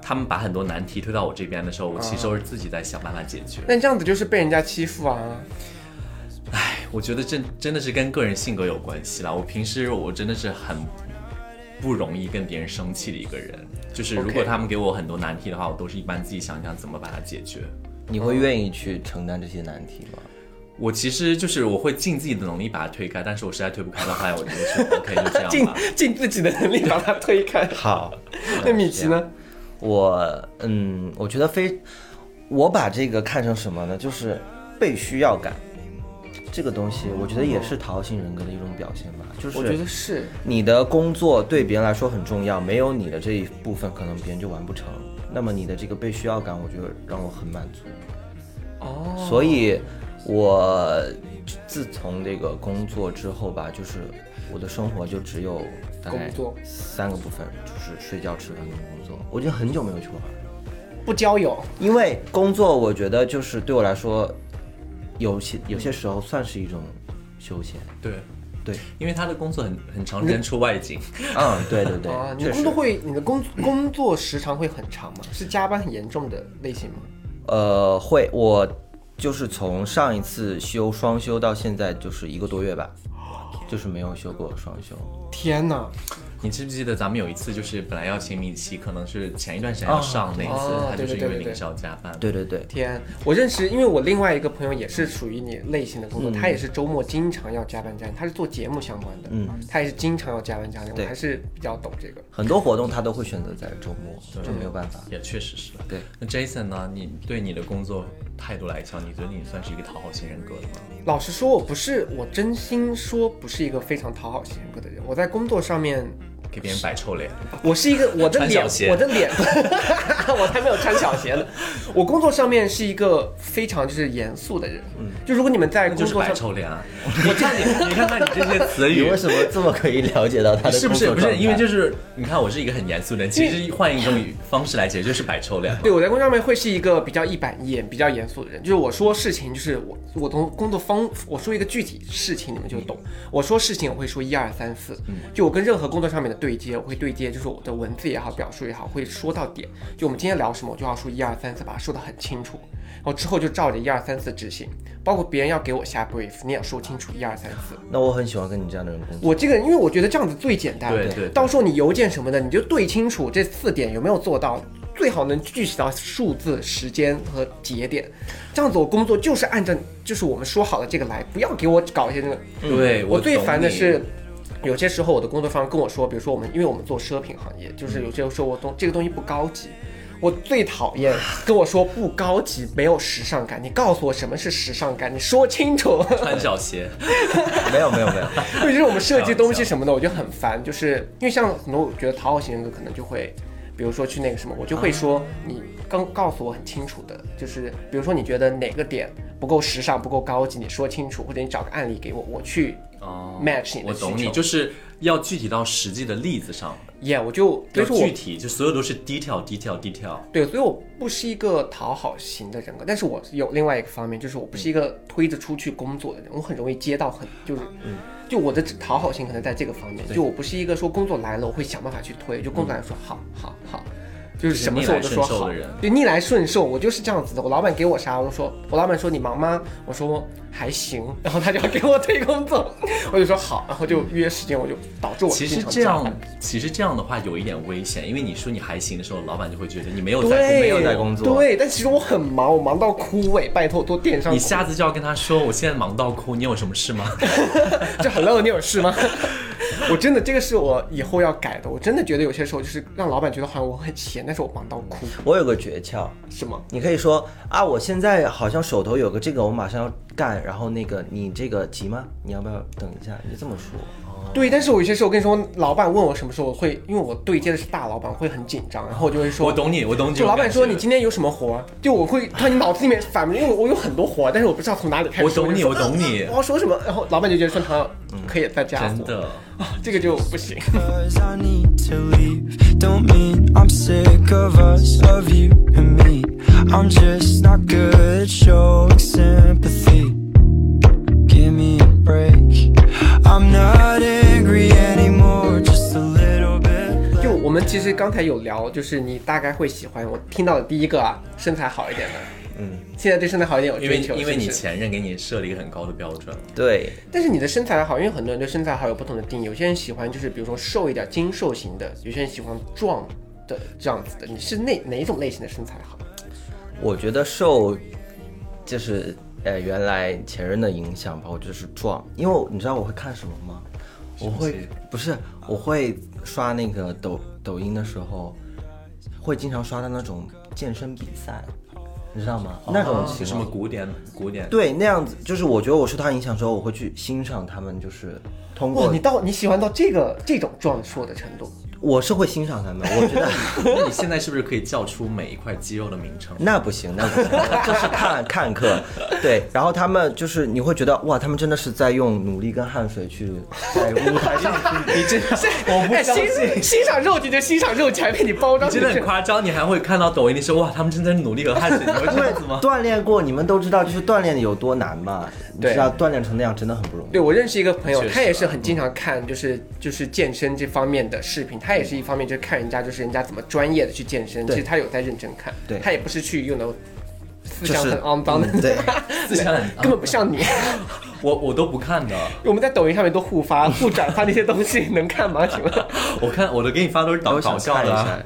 [SPEAKER 1] 他们把很多难题推到我这边的时
[SPEAKER 3] 嗯
[SPEAKER 1] 候，我其实都是自己在想办法解决。
[SPEAKER 3] 那这样子就是被人家欺负啊！
[SPEAKER 1] 我觉得这真的是跟个人性格有关系啦。我平时我真的是很不容易跟别人生气的一个人，就是如果
[SPEAKER 3] OK
[SPEAKER 1] 他们给我很多难题的话，我都是一般自己想想怎么把它解决。
[SPEAKER 2] 你会愿意去承担这些难题吗？
[SPEAKER 1] 我其实就是我会尽自己的能力把它推开，但是我实在推不开的话，我就说 OK 就这样
[SPEAKER 3] 尽
[SPEAKER 1] 吧。
[SPEAKER 3] 尽自己的能力把它推开。
[SPEAKER 2] 好，
[SPEAKER 3] 那米奇呢？
[SPEAKER 2] 我嗯，我觉得非，我把这个看成什么呢？就是被需要感，这个东西我觉得也是讨好型人格的一种表现吧。就是
[SPEAKER 3] 我觉得是，
[SPEAKER 2] 你的工作对别人来说很重要，没有你的这一部分，可能别人就完不成。那么你的这个被需要感，我觉得让我很满足。
[SPEAKER 3] 哦，
[SPEAKER 2] 所以，我自从这个工作之后吧，就是我的生活就只有大概
[SPEAKER 3] 工作
[SPEAKER 2] 三个部分，就是睡觉、吃饭跟工作。我已经很久没有去玩了，
[SPEAKER 3] 不交友。
[SPEAKER 2] 因为工作，我觉得就是对我来说，有些有些时候算是一种休闲。
[SPEAKER 1] 对，
[SPEAKER 2] 对，
[SPEAKER 1] 因为他的工作很很长时间出外景，
[SPEAKER 2] 嗯，对对对
[SPEAKER 1] 哦
[SPEAKER 3] 啊，，你
[SPEAKER 2] 确
[SPEAKER 3] 的
[SPEAKER 2] 实
[SPEAKER 3] 工。作会，你的工工作时长会很长吗？是加班很严重的类型吗？
[SPEAKER 2] 呃，会，我就是从上一次休双休到现在，就是一个多月吧，就是没有休过双休。
[SPEAKER 3] 天哪！
[SPEAKER 1] 你记不记得咱们有一次就是本来要请米奇，可能是前一段时间要上那一次，
[SPEAKER 3] 哦
[SPEAKER 1] 他就是因
[SPEAKER 3] 对对
[SPEAKER 1] 为
[SPEAKER 3] 对对
[SPEAKER 1] 临时要加班。
[SPEAKER 2] 对对对，
[SPEAKER 3] 天，我认识，因为我另外一个朋友也是属于你类型的
[SPEAKER 2] 嗯
[SPEAKER 3] 工作，他也是周末经常要加班加点，他是做节目相关的，
[SPEAKER 2] 嗯，
[SPEAKER 3] 他也是经常要加班加点，我
[SPEAKER 2] 对
[SPEAKER 3] 还是比较懂这个。
[SPEAKER 2] 很多活动他都会选择在周末，就没有办法。
[SPEAKER 1] 也确实是。
[SPEAKER 2] 对，
[SPEAKER 1] 那 Jason 呢？你对你的工作态度来讲，你觉得你算是一个讨好型人格的吗？
[SPEAKER 3] 老实说，我不是，我真心说不是一个非常讨好型人格的人。我在工作上面
[SPEAKER 1] 给别人摆臭脸。
[SPEAKER 3] 我是一个我的
[SPEAKER 1] 穿小
[SPEAKER 3] 脸
[SPEAKER 1] 鞋，
[SPEAKER 3] 我 的脸， 我才没有穿小鞋呢。我工作上面是一个非常就是严肃的人，就如果你们在工
[SPEAKER 1] 嗯就是
[SPEAKER 3] 作
[SPEAKER 1] 摆
[SPEAKER 3] 上，
[SPEAKER 1] 臭脸啊！你看你，你看看你这些词
[SPEAKER 2] 你
[SPEAKER 1] 语
[SPEAKER 2] 为，什么这么可以了解到他的
[SPEAKER 1] 是不
[SPEAKER 2] 工
[SPEAKER 1] 是
[SPEAKER 2] 作
[SPEAKER 1] 不是？
[SPEAKER 2] 状
[SPEAKER 1] 因为
[SPEAKER 2] 态
[SPEAKER 1] 就是你看，我是一个很严肃的人，其实换一种语方式来解决就是摆臭脸嘛。
[SPEAKER 3] 对我在工作上面会是一个比较一板一眼、比较严肃的人，就是我说事情就是我我从工作方我说一个具体事情你们就懂，我说事情我会说一二三四，就我跟任何工作上面的对接，我会对接就是我的文字也好、表述也好，会说到点。就我们今天聊什么，我就要说一二三四，把它说得很清楚，然后之后就照着一二三四执行，包括别人要给我下 brief，你也要说清楚一二三四。
[SPEAKER 2] 那我很喜欢跟你这样的人工作。
[SPEAKER 3] 我这个人，因为我觉得这样子最简单。
[SPEAKER 1] 对对
[SPEAKER 3] 到时候你邮件什么的，你就对清楚这四点有没有做到，最好能具体到数字、时间和节点。这样子我工作就是按照就是我们说好的这个来，不要给我搞一些那个。
[SPEAKER 1] 对，
[SPEAKER 3] 我最
[SPEAKER 1] 懂
[SPEAKER 3] 烦的
[SPEAKER 1] 你
[SPEAKER 3] 是。有些时候，我的工作方跟我说，比如说我们，因为我们做奢品行业，就是有些时候我东这个东西不高级，我最讨厌跟我说不高级，没有时尚感。你告诉我什么是时尚感，你说清楚。
[SPEAKER 1] 穿小鞋，
[SPEAKER 2] 没有没有没有，
[SPEAKER 3] 对，就是我们设计东西什么的，我就很烦，就是因为像很多我觉得讨好型人格可能就会，比如说去那个什么，我就会说你刚告诉我很清楚的，就是比如说你觉得哪个点不够时尚、不够高级，你说清楚，或者你找个案例给我，我去
[SPEAKER 1] 哦
[SPEAKER 3] match 你
[SPEAKER 1] 我
[SPEAKER 3] 的需求。
[SPEAKER 1] 懂你，就是要具体到实际的例子上，
[SPEAKER 3] yeah，我就所
[SPEAKER 1] 要
[SPEAKER 3] 以说我
[SPEAKER 1] 具体，就所有都是 detail detail detail。
[SPEAKER 3] 对，所以我不是一个讨好型的人格，但是我有另外一个方面，就是我不是一个推着出去工作的人，我很容易接到很就是，
[SPEAKER 1] 嗯
[SPEAKER 3] 就我的讨好型可能在这个方面，就我不是一个说工作来了我会想办法去推，就工作来了说好好好，就是
[SPEAKER 1] 嗯是
[SPEAKER 3] 什么
[SPEAKER 1] 逆
[SPEAKER 3] 时候
[SPEAKER 1] 来
[SPEAKER 3] 我都
[SPEAKER 1] 顺
[SPEAKER 3] 说
[SPEAKER 1] 受
[SPEAKER 3] 好
[SPEAKER 1] 的人，
[SPEAKER 3] 对，逆来顺受，我就是这样子的。我老板给我啥，我就说，我老板说你忙吗？我说还行，然后他就要给我推工作， 我就说好，然后就约时间，我就导致我
[SPEAKER 1] 其
[SPEAKER 3] 经
[SPEAKER 1] 实
[SPEAKER 3] 常
[SPEAKER 1] 这
[SPEAKER 3] 加
[SPEAKER 1] 样
[SPEAKER 3] 班，
[SPEAKER 1] 其实这样的话有一点危险，因为你说你还行的时候，老板就会觉得你没有在工
[SPEAKER 3] 对，
[SPEAKER 2] 没有在工作
[SPEAKER 3] 对，但其实我很忙，我忙到枯萎，拜托，做电商
[SPEAKER 1] 你
[SPEAKER 3] 苦
[SPEAKER 1] 下次就要跟他说，我现在忙到哭，你有什么事吗？
[SPEAKER 3] 这 hello，你有事吗？ 我真的，这个是我以后要改的。我真的觉得有些时候就是让老板觉得好像我很闲，但是我忙到哭，
[SPEAKER 2] 我有个诀窍，
[SPEAKER 3] 是吗？
[SPEAKER 2] 你可以说啊，我现在好像手头有个这个，我马上要干，然后那个你这个急吗？你要不要等一下？你就这么说。
[SPEAKER 1] 哦
[SPEAKER 3] 对，但是我有些时候跟你说，老板问我什么时候，我会因为我对接的是大老板，我会很紧张，然后我就会 说，
[SPEAKER 1] 我懂你，我懂你这
[SPEAKER 3] 就
[SPEAKER 1] 种
[SPEAKER 3] 老
[SPEAKER 1] 感觉。
[SPEAKER 3] 板说你今天有什么活儿，就我会突然脑子里面反，因为我我有很多活儿，但是我不知道从哪里开始
[SPEAKER 1] 我
[SPEAKER 3] 说。
[SPEAKER 1] 懂你
[SPEAKER 3] 就
[SPEAKER 1] 我
[SPEAKER 3] 说
[SPEAKER 1] 懂你嗯
[SPEAKER 3] 啊我要说什么，然后老板就觉得说他可以再加
[SPEAKER 1] 真
[SPEAKER 3] 速，
[SPEAKER 1] 的，
[SPEAKER 3] 啊，这个就不行。
[SPEAKER 4] Cause I need to leave. Don't mean I'm sick of us, of you and me. I'm just not good at showing sympathy. Give me a break. I'm not angry anymore, just a little bit.
[SPEAKER 3] 就我们其实刚才有聊，就是你大概会喜欢我听到的第一个啊，身材好一点的，嗯，现在对身材好一点有
[SPEAKER 1] 因为
[SPEAKER 3] 追求，
[SPEAKER 1] 因为你
[SPEAKER 3] 是不是
[SPEAKER 1] 前任给你设了一个很高的标准，
[SPEAKER 2] 对，
[SPEAKER 3] 但是你的身材好，因为很多人对身材好有不同的定义，有些人喜欢就是比如说瘦一点、精瘦型的，有些人喜欢壮的这样子的，你是那哪一种类型的身材好？
[SPEAKER 2] 我觉得受就是呃原来前任的影响吧，我就是壮，因为我你知道我会看什么吗？我会不是我会刷那个抖抖音的时候，会经常刷到那种健身比赛，你知道吗？那种
[SPEAKER 1] 就
[SPEAKER 2] 情
[SPEAKER 1] 哦什么
[SPEAKER 2] 况。
[SPEAKER 1] 古典古典，
[SPEAKER 2] 对，那样子就是我觉得我受他影响之后，我会去欣赏他们，就是通
[SPEAKER 3] 哇，
[SPEAKER 2] 过
[SPEAKER 3] 你到你喜欢到这个这种壮硕的程度，
[SPEAKER 2] 我是会欣赏他们，我 觉得
[SPEAKER 1] 那你现在是不是可以叫出每一块肌肉的名 称？
[SPEAKER 2] 那不行，那不行，就是看看客，对，然后他们就是你会觉得哇，他们真的是在用努力跟汗水去在舞台上，
[SPEAKER 1] 你真的，我不
[SPEAKER 3] 哎，
[SPEAKER 1] 相
[SPEAKER 3] 欣
[SPEAKER 1] 信。
[SPEAKER 3] 欣赏肉体就欣赏肉体，还被你包装
[SPEAKER 1] 你真
[SPEAKER 3] 成
[SPEAKER 1] 的
[SPEAKER 3] 这
[SPEAKER 1] 很
[SPEAKER 3] 样。
[SPEAKER 1] 夸张，你还会看到抖音里说哇，他们正在努力和汗水，你会 这样 子吗？
[SPEAKER 2] 锻炼过，你们都知道，就是锻炼有多难嘛，你
[SPEAKER 3] 对
[SPEAKER 2] 知道锻炼成那样真的很不容易
[SPEAKER 3] 对，。我认识一个朋友
[SPEAKER 2] 啊
[SPEAKER 1] 确，实
[SPEAKER 3] 他也是很经常
[SPEAKER 2] 嗯
[SPEAKER 3] 看，就是就是健身这方面的视频。他也是一方面就是看人家，就是人家怎么专业的去健身，其
[SPEAKER 2] 对
[SPEAKER 3] 实他有在认真看。
[SPEAKER 2] 对
[SPEAKER 3] 他也不是去用的思
[SPEAKER 2] 就
[SPEAKER 3] 想
[SPEAKER 2] 是
[SPEAKER 3] 很肮脏的，
[SPEAKER 2] 嗯对，
[SPEAKER 1] 思想很
[SPEAKER 3] 根本不像你。
[SPEAKER 1] 我我都不看的，
[SPEAKER 3] 我们在抖音上面都互 发、互转发那些东西，能看吗？请问？
[SPEAKER 1] 我看我的给你发都是搞
[SPEAKER 2] 我想
[SPEAKER 1] 搞笑
[SPEAKER 2] 看一
[SPEAKER 1] 的
[SPEAKER 2] 下
[SPEAKER 1] 啊。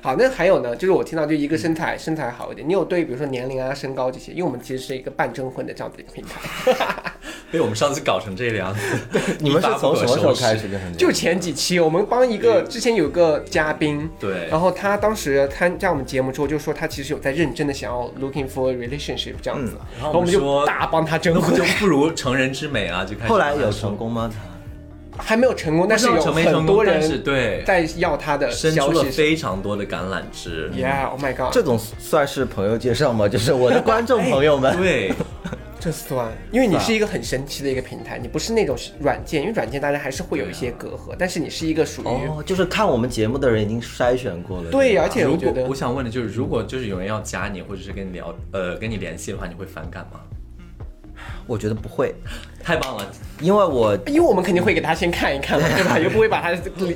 [SPEAKER 3] 好，那还有呢，就是我听到就一个身材身材好一点，你有对比如说年龄啊、身高这些，因为我们其实是一个半征婚的这样子一个平台。
[SPEAKER 1] 被我们上次搞成这个样子。
[SPEAKER 2] 你们是
[SPEAKER 1] 一发不
[SPEAKER 2] 从
[SPEAKER 1] 可
[SPEAKER 2] 什么时候
[SPEAKER 1] 收拾
[SPEAKER 2] 开始变成这
[SPEAKER 3] 就
[SPEAKER 2] 样？
[SPEAKER 3] 前几期，我们帮一个之前有个嘉宾，
[SPEAKER 1] 对
[SPEAKER 3] 然后他当时参加我们节目之后，就说他其实有在认真的想要 looking for a relationship 这样子，
[SPEAKER 1] 嗯然后我们
[SPEAKER 3] 就
[SPEAKER 1] 说
[SPEAKER 3] 大帮他征
[SPEAKER 1] 那不
[SPEAKER 3] 婚
[SPEAKER 1] 就。不如成人之美啊，就开始。
[SPEAKER 2] 后来有成功吗？
[SPEAKER 3] 还没有成功，但
[SPEAKER 1] 不知
[SPEAKER 3] 是
[SPEAKER 1] 道
[SPEAKER 3] 有
[SPEAKER 1] 成没
[SPEAKER 3] 很
[SPEAKER 1] 成
[SPEAKER 3] 多
[SPEAKER 1] 功，但是
[SPEAKER 3] 人
[SPEAKER 1] 对，
[SPEAKER 3] 在要他的
[SPEAKER 1] 伸出
[SPEAKER 3] 消
[SPEAKER 1] 了
[SPEAKER 3] 息。
[SPEAKER 1] 非常多的橄榄枝。
[SPEAKER 3] Yeah，Oh my God，
[SPEAKER 2] 这种算是朋友介绍吗？就是我的观众朋友们，
[SPEAKER 1] 对，
[SPEAKER 3] 这算，因为你是一个很神奇的一个平台，你不是那种软件，因为软件大家还是会有一些隔阂，但是你是一个属于
[SPEAKER 2] 哦，就是看我们节目的人已经筛选过了。
[SPEAKER 3] 对，
[SPEAKER 2] 吧
[SPEAKER 3] 而且
[SPEAKER 1] 如
[SPEAKER 3] 我觉
[SPEAKER 1] 果
[SPEAKER 3] 得
[SPEAKER 1] 我想问的就是，如果就是有人要加你，或者是跟你聊，呃，跟你联系的话，你会反感吗？
[SPEAKER 2] 我觉得不会，
[SPEAKER 1] 太棒了，
[SPEAKER 2] 因为我
[SPEAKER 3] 因为我们肯定会给他先看一看嘛，对吧？又不会把他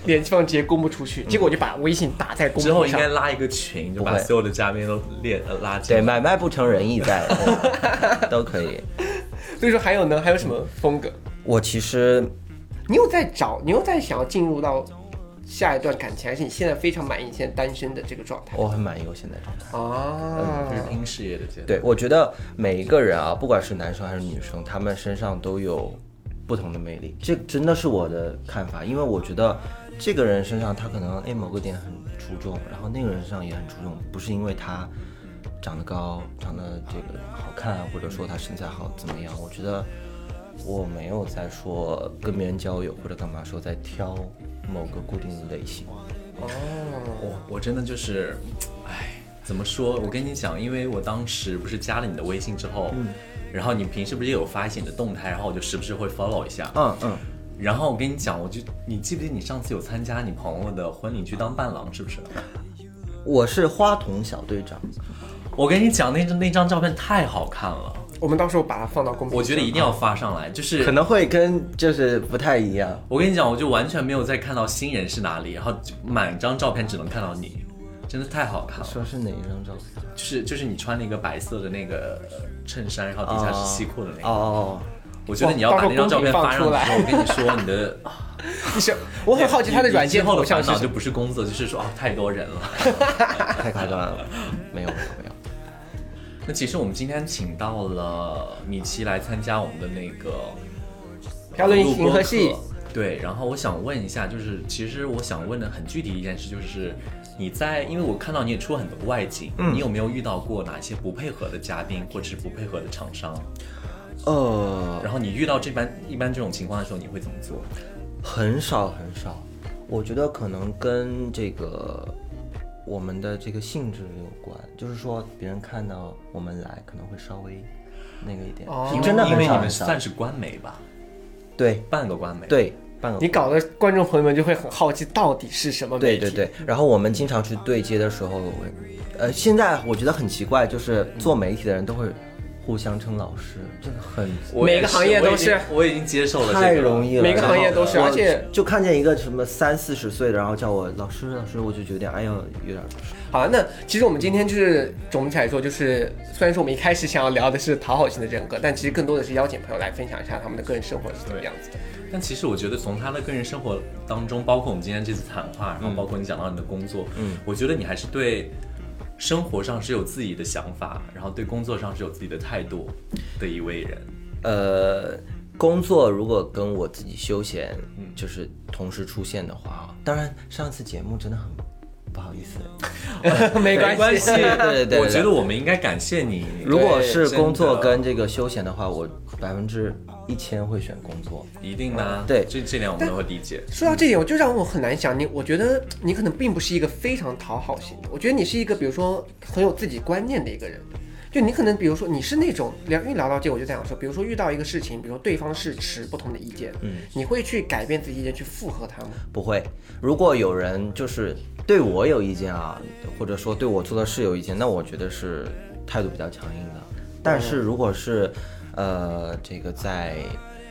[SPEAKER 3] 联系方直接公布出去，结果我就把微信打在公
[SPEAKER 1] 之后
[SPEAKER 3] 布
[SPEAKER 1] 应
[SPEAKER 3] 上
[SPEAKER 1] 该。拉一个群，就
[SPEAKER 2] 不
[SPEAKER 1] 把
[SPEAKER 2] 会
[SPEAKER 1] 所有的嘉宾都列呃拉进
[SPEAKER 2] 对
[SPEAKER 1] 来。
[SPEAKER 2] 买卖不成仁义 在，对都可以。
[SPEAKER 3] 所以说还有呢，还有什么风格？
[SPEAKER 2] 我其实
[SPEAKER 3] 你有在找，你有在想要进入到下一段感情，还是你现在非常满意你现在单身的这个状态
[SPEAKER 2] 我很满意我现在状态。
[SPEAKER 3] 啊？
[SPEAKER 1] 就是拼事业的阶段。
[SPEAKER 2] 对，我觉得每一个人啊，不管是男生还是女生，他们身上都有不同的魅力。这真的是我的看法，因为我觉得这个人身上他可能哎某个点很出众，然后那个人身上也很出众，不是因为他长得高、长得这个好看，或者说他身材好怎么样。我觉得我没有在说跟别人交友或者干嘛时候在挑某个固定的类型。
[SPEAKER 1] 我我真的就是，唉，怎么说？我跟你讲，因为我当时不是加了你的微信之后，然后你平时不是也有发一些你的动态，然后我就时不时会 follow 一下。
[SPEAKER 2] 嗯嗯，
[SPEAKER 1] 然后我跟你讲，我就你记不记得你上次有参加你朋友的婚礼去当伴郎，是不是？
[SPEAKER 2] 我是花童小队长。
[SPEAKER 1] 我跟你讲，那张那张照片太好看了，
[SPEAKER 3] 我们到时候把它放到公布。
[SPEAKER 1] 我觉得一定要发上来。就是
[SPEAKER 2] 可能会跟就是不太一样。
[SPEAKER 1] 我跟你讲，我就完全没有再看到新人是哪里，然后就满张照片只能看到你，真的太好看了。
[SPEAKER 2] 说是哪一张照片？
[SPEAKER 1] 就是就是你穿了一个白色的那个呃衬衫，然后底下是西裤的那个。
[SPEAKER 2] 哦，
[SPEAKER 1] 我觉得你要把那张照片发上去之后，我跟你说，你的
[SPEAKER 3] 你是，我 很好奇他的软
[SPEAKER 1] 你
[SPEAKER 3] 件
[SPEAKER 1] 之后
[SPEAKER 3] 头
[SPEAKER 1] 的
[SPEAKER 3] 像
[SPEAKER 1] 烦
[SPEAKER 3] 是
[SPEAKER 1] 恼
[SPEAKER 3] 什
[SPEAKER 1] 就
[SPEAKER 3] 么。
[SPEAKER 1] 不是工作，就是说啊，太多人了。
[SPEAKER 2] 太夸张了， 没有没有没有。
[SPEAKER 1] 那其实我们今天请到了米奇来参加我们的那个
[SPEAKER 3] 漂流银河
[SPEAKER 1] 录
[SPEAKER 3] 系
[SPEAKER 1] 播，课。对，然后我想问一下，就是其实我想问的很具体一件事，就是你在，因为我看到你也出了很多外景，
[SPEAKER 3] 嗯
[SPEAKER 1] 你有没有遇到过哪些不配合的嘉宾或者是不配合的厂商？
[SPEAKER 2] 呃，
[SPEAKER 1] 然后你遇到这般一般这种情况的时候，你会怎么做？
[SPEAKER 2] 很少很少，我觉得可能跟这个我们的这个性质有关，就是说别人看到我们来可能会稍微那个一点，
[SPEAKER 3] 哦
[SPEAKER 2] 是真的
[SPEAKER 1] 因
[SPEAKER 2] 很
[SPEAKER 1] 为你
[SPEAKER 2] 少
[SPEAKER 1] 们
[SPEAKER 2] 很少
[SPEAKER 1] 算。是官媒吧，
[SPEAKER 2] 对
[SPEAKER 1] 半个官媒。
[SPEAKER 2] 对，半个
[SPEAKER 3] 你搞得观众朋友们就会很好奇，到底是什么媒
[SPEAKER 2] 对
[SPEAKER 3] 体？嗯
[SPEAKER 2] 对对，然后我们经常去对接的时候，我呃，现在我觉得很奇怪，就是
[SPEAKER 3] 嗯
[SPEAKER 2] 做媒体的人都会互相称老师，这个 很
[SPEAKER 1] 我也
[SPEAKER 3] 每个行业
[SPEAKER 1] 我
[SPEAKER 3] 都是
[SPEAKER 1] 已经我已经接受了这个了，
[SPEAKER 2] 太容易了，
[SPEAKER 3] 每个行业
[SPEAKER 2] 然后
[SPEAKER 3] 都是
[SPEAKER 2] 我
[SPEAKER 3] 而且
[SPEAKER 2] 就看见一个什么三四十岁的，然后叫我老师老师，我就觉得哎呦有点
[SPEAKER 3] 好了，那其实我们今天就是总体来说，就是虽然说我们一开始想要聊的是讨好型的人格，但其实更多的是邀请朋友来分享一下他们的个人生活是怎么样子的。
[SPEAKER 1] 但其实我觉得，从他的个人生活当中，包括我们今天这次谈话，
[SPEAKER 3] 嗯
[SPEAKER 1] 然后包括你讲到你的工作，嗯，我觉得你还是对生活上是有自己的想法，然后对工作上是有自己的态度的一位人。
[SPEAKER 2] 呃，工作如果跟我自己休闲
[SPEAKER 3] 嗯
[SPEAKER 2] 就是同时出现的话，啊当然上次节目真的很不好意思，
[SPEAKER 3] 没关
[SPEAKER 1] 没关系，
[SPEAKER 2] 对对对
[SPEAKER 1] 我觉得我们应该感谢 你。
[SPEAKER 2] 如果是
[SPEAKER 1] 真的
[SPEAKER 2] 工作跟这个休闲的话，我百分之一千会选工作。
[SPEAKER 1] 一定呢、
[SPEAKER 2] 对
[SPEAKER 1] 这这点我们都会理解。
[SPEAKER 3] 说到这点，我就让我很难想你。我觉得你可能并不是一个非常讨好型的，我觉得你是一个比如说很有自己观念的一个人。就你可能比如说你是那种聊，因为聊到这个我就在想说，比如说遇到一个事情，比如说对方是持不同的意见，嗯，你会去改变自己意见去附和他吗？
[SPEAKER 2] 不会，如果有人就是对我有意见啊，或者说对我做的事有意见，那我觉得是态度比较强硬的。但是如果是，呃，这个在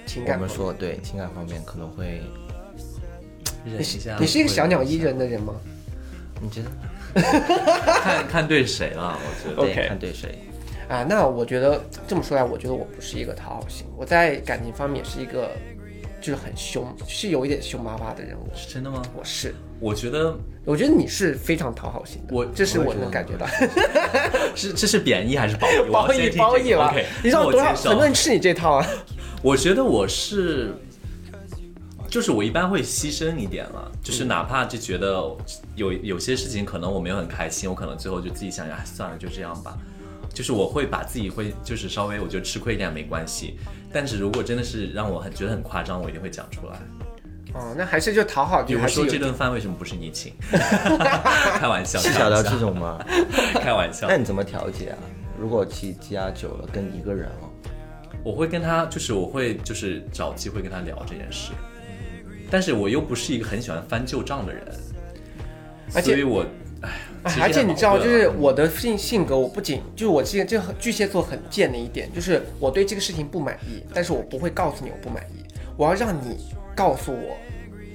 [SPEAKER 3] 情
[SPEAKER 2] 我
[SPEAKER 3] 感
[SPEAKER 2] 们
[SPEAKER 3] 方
[SPEAKER 2] 说对情感方面可能会，
[SPEAKER 1] 忍
[SPEAKER 3] 面
[SPEAKER 1] 一
[SPEAKER 3] 你是
[SPEAKER 1] 下，
[SPEAKER 3] 你是一个小鸟依人的人吗？
[SPEAKER 2] 你觉得呢
[SPEAKER 1] 看看对谁了？我觉得
[SPEAKER 3] OK
[SPEAKER 2] 对看对谁？
[SPEAKER 3] 啊，那我觉得这么说来，我觉得我不是一个讨好型，我在感情方面也是一个，就是很凶，是有一点凶巴巴的人。我是，
[SPEAKER 1] 是真的吗？
[SPEAKER 3] 我是，
[SPEAKER 1] 我觉得
[SPEAKER 3] 我觉得你是非常讨好型的，
[SPEAKER 1] 我
[SPEAKER 3] 这是
[SPEAKER 1] 我也
[SPEAKER 3] 我
[SPEAKER 1] 觉得
[SPEAKER 3] 能感觉到。
[SPEAKER 1] 是这是贬义还是褒义？ 我
[SPEAKER 3] 褒
[SPEAKER 1] 要先
[SPEAKER 3] 义
[SPEAKER 1] 听这个
[SPEAKER 3] 褒义了
[SPEAKER 1] OK，，
[SPEAKER 3] 你知道
[SPEAKER 1] 我
[SPEAKER 3] 多少
[SPEAKER 1] 接受
[SPEAKER 3] 很多人吃你这套啊？
[SPEAKER 1] 我觉得我是，就是我一般会牺牲一点了，就是哪怕就觉得有有些事情可能我没有很开心，我可能最后就自己想想，哎算了，就这样吧。就是我会把自己会就是稍微我觉得吃亏一点没关系，但是如果真的是让我很觉得很夸张，我一定会讲出来。
[SPEAKER 3] 哦，那还是就讨好
[SPEAKER 1] 比
[SPEAKER 3] 就
[SPEAKER 1] 如
[SPEAKER 3] 还是
[SPEAKER 1] 说
[SPEAKER 3] 有
[SPEAKER 1] 这顿饭为什么不是你请？ 开玩 笑，
[SPEAKER 2] 是
[SPEAKER 1] 开
[SPEAKER 2] 小到
[SPEAKER 1] 玩
[SPEAKER 2] 这
[SPEAKER 1] 笑，
[SPEAKER 2] 种吗？
[SPEAKER 1] 开玩笑
[SPEAKER 2] 那。你怎么调节啊？如果去家久了跟一个人哦，
[SPEAKER 1] 我会跟他，就是我会就是找机会跟他聊这件事，但是我又不是一个很喜欢翻旧账的人，
[SPEAKER 3] 而且
[SPEAKER 1] 所以我，哎，
[SPEAKER 3] 哎
[SPEAKER 1] 其实
[SPEAKER 3] 而且
[SPEAKER 1] 也
[SPEAKER 3] 你知道，
[SPEAKER 1] 很矛
[SPEAKER 3] 就
[SPEAKER 1] 盾啊
[SPEAKER 3] 是我的性性格，我不仅就是我这这很巨蟹座很贱的一点，就是我对这个事情不满意，但是我不会告诉你我不满意，我要让你告诉我。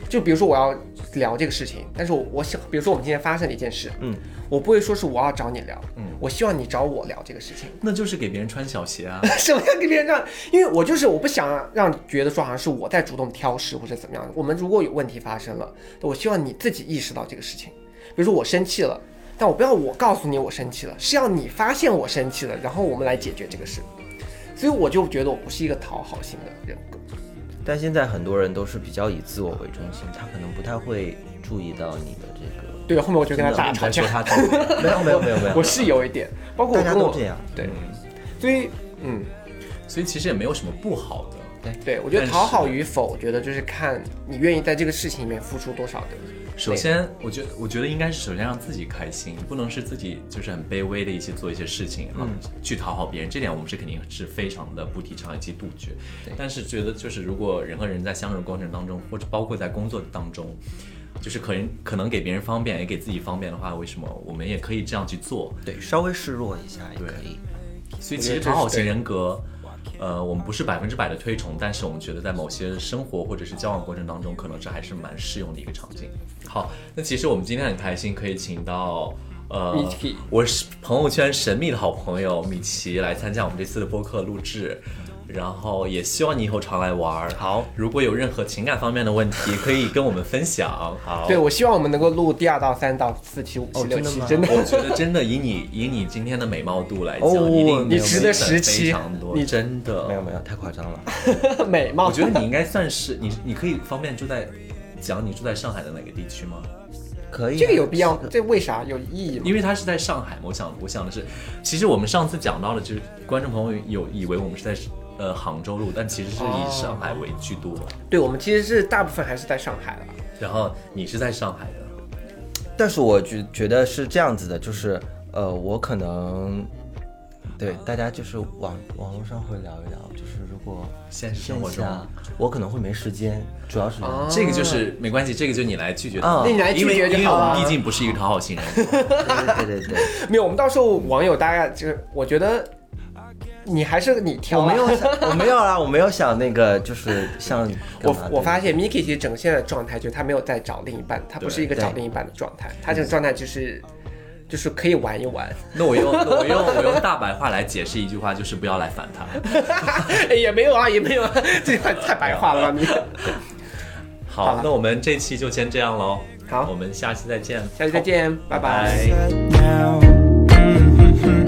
[SPEAKER 3] 就比如说我要聊这个事情，但是我我想，比如说我们今天发生了一件事，嗯，我不会说是我要找你聊，嗯，我希望你找我聊这个事情。
[SPEAKER 1] 那就是给别人穿小鞋啊。
[SPEAKER 3] 什么叫给别人让？因为我就是我不想让觉得说好像是我在主动挑事或者怎么样。我们如果有问题发生了，我希望你自己意识到这个事情。比如说我生气了，但我不要我告诉你我生气了，是要你发现我生气了，然后我们来解决这个事。所以我就觉得我不是一个讨好型的人格。
[SPEAKER 2] 但现在很多人都是比较以自我为中心，他可能不太会注意到你的这
[SPEAKER 3] 对，后面我就跟他
[SPEAKER 2] 真的
[SPEAKER 3] 大
[SPEAKER 2] 你
[SPEAKER 3] 吵
[SPEAKER 1] 在
[SPEAKER 3] 架
[SPEAKER 1] 说。他自己，
[SPEAKER 2] 个。没有没有没有没
[SPEAKER 3] 我
[SPEAKER 2] 有，
[SPEAKER 3] 是有一点，包括
[SPEAKER 2] 大
[SPEAKER 3] 我
[SPEAKER 2] 家
[SPEAKER 3] 跟
[SPEAKER 2] 都
[SPEAKER 3] 我
[SPEAKER 2] 这样。嗯
[SPEAKER 3] 对，所以嗯，
[SPEAKER 1] 所以其实也没有什么不好的。
[SPEAKER 3] 对我觉得
[SPEAKER 1] 但是
[SPEAKER 3] 讨好与否，我觉得就是看你愿意在这个事情里面付出多少的。
[SPEAKER 1] 首先，我觉我觉得应该是首先让自己开心，不能是自己就是很卑微的一些做一些事情，然后
[SPEAKER 3] 嗯
[SPEAKER 1] 去讨好别人。这点我们是肯定是非常的不提倡以及杜绝。但是觉得就是如果人和人在相处的过程当中，或者包括在工作当中，就是可能可能给别人方便也给自己方便的话，为什么我们也可以这样去做？
[SPEAKER 2] 对，稍微示弱一下也可以。
[SPEAKER 1] 所以其实
[SPEAKER 3] 我觉得这
[SPEAKER 1] 讨
[SPEAKER 3] 是
[SPEAKER 1] 好型
[SPEAKER 3] 对
[SPEAKER 1] 人格，呃，我们不是百分之百的推崇，但是我们觉得在某些生活或者是交往过程当中，可能这还是蛮适用的一个场景。好，那其实我们今天很开心，可以请到。呃
[SPEAKER 3] 米奇，
[SPEAKER 1] 我是朋友圈神秘的好朋友米奇来参加我们这次的播客录制，然后也希望你以后常来玩儿。
[SPEAKER 2] 好，
[SPEAKER 1] 如果有任何情感方面的问题，可以跟我们分享。好
[SPEAKER 3] 对，我希望我们能够录第二到三到四期、五期、
[SPEAKER 2] 哦
[SPEAKER 3] 六
[SPEAKER 2] 真的
[SPEAKER 3] 期，
[SPEAKER 2] 吗
[SPEAKER 3] 真的。
[SPEAKER 1] 我觉得真的以你以你今天的美貌度来讲，
[SPEAKER 2] 哦
[SPEAKER 1] 一定
[SPEAKER 2] 你
[SPEAKER 3] 值得
[SPEAKER 1] 10
[SPEAKER 3] 十期
[SPEAKER 1] 非常多，
[SPEAKER 3] 你
[SPEAKER 1] 真的
[SPEAKER 2] 没有没有，太夸张了。
[SPEAKER 3] 美貌。
[SPEAKER 1] 我觉得你应该算是你，你可以方便住在讲你住在上海的哪个地区吗？
[SPEAKER 2] 可以啊、
[SPEAKER 3] 这个有必要
[SPEAKER 2] 这，个
[SPEAKER 3] 这为啥有意义吗？
[SPEAKER 1] 因为他是在上海嘛，我想我想的是，其实我们上次讲到的就是观众朋友有以为我们是在呃杭州路，但其实是
[SPEAKER 3] 哦
[SPEAKER 1] 以上海为居多。
[SPEAKER 3] 对我们其实是大部分还是在上海了。
[SPEAKER 1] 然后你是在上海的，
[SPEAKER 2] 但是我觉觉得是这样子的，就是呃，我可能对大家就是网网络上会聊一聊，就是如果
[SPEAKER 1] 现实生活中
[SPEAKER 2] 线下我可能会没时间，主要是这样
[SPEAKER 3] 哦
[SPEAKER 1] 这个就是没关系，这个就你来拒绝
[SPEAKER 2] 啊
[SPEAKER 1] 他，
[SPEAKER 3] 那你来拒
[SPEAKER 1] 因为
[SPEAKER 3] 绝就
[SPEAKER 1] 因为
[SPEAKER 3] 好
[SPEAKER 1] 我
[SPEAKER 3] 了
[SPEAKER 1] 们毕竟不是一个讨好型人。
[SPEAKER 2] 对对对对，
[SPEAKER 3] 没有，我们到时候网友大概就是，我觉得你还是你挑
[SPEAKER 2] 我
[SPEAKER 3] 吧。
[SPEAKER 2] 没有想，我没有啦，我没有想那个，就是像干嘛
[SPEAKER 3] 我
[SPEAKER 2] 的
[SPEAKER 3] 我发现 Miki 其实整个现在的状态就是他没有在找另一半，他不是一个
[SPEAKER 2] 对
[SPEAKER 3] 找另一半的状态，他这个状态就是就是可以玩一玩。
[SPEAKER 1] 那我用那我用我用大白话来解释一句话，就是不要来烦他。
[SPEAKER 3] 哎也没有啊，也没有，啊， 这句话太白话了吧你。
[SPEAKER 1] 好，
[SPEAKER 3] 好了
[SPEAKER 1] 那我们这期就先这样喽。
[SPEAKER 3] 好
[SPEAKER 1] 我们下期再见。
[SPEAKER 3] 下期再见，拜拜
[SPEAKER 1] 拜
[SPEAKER 4] now. Mm, mm, mm. mm-hmm.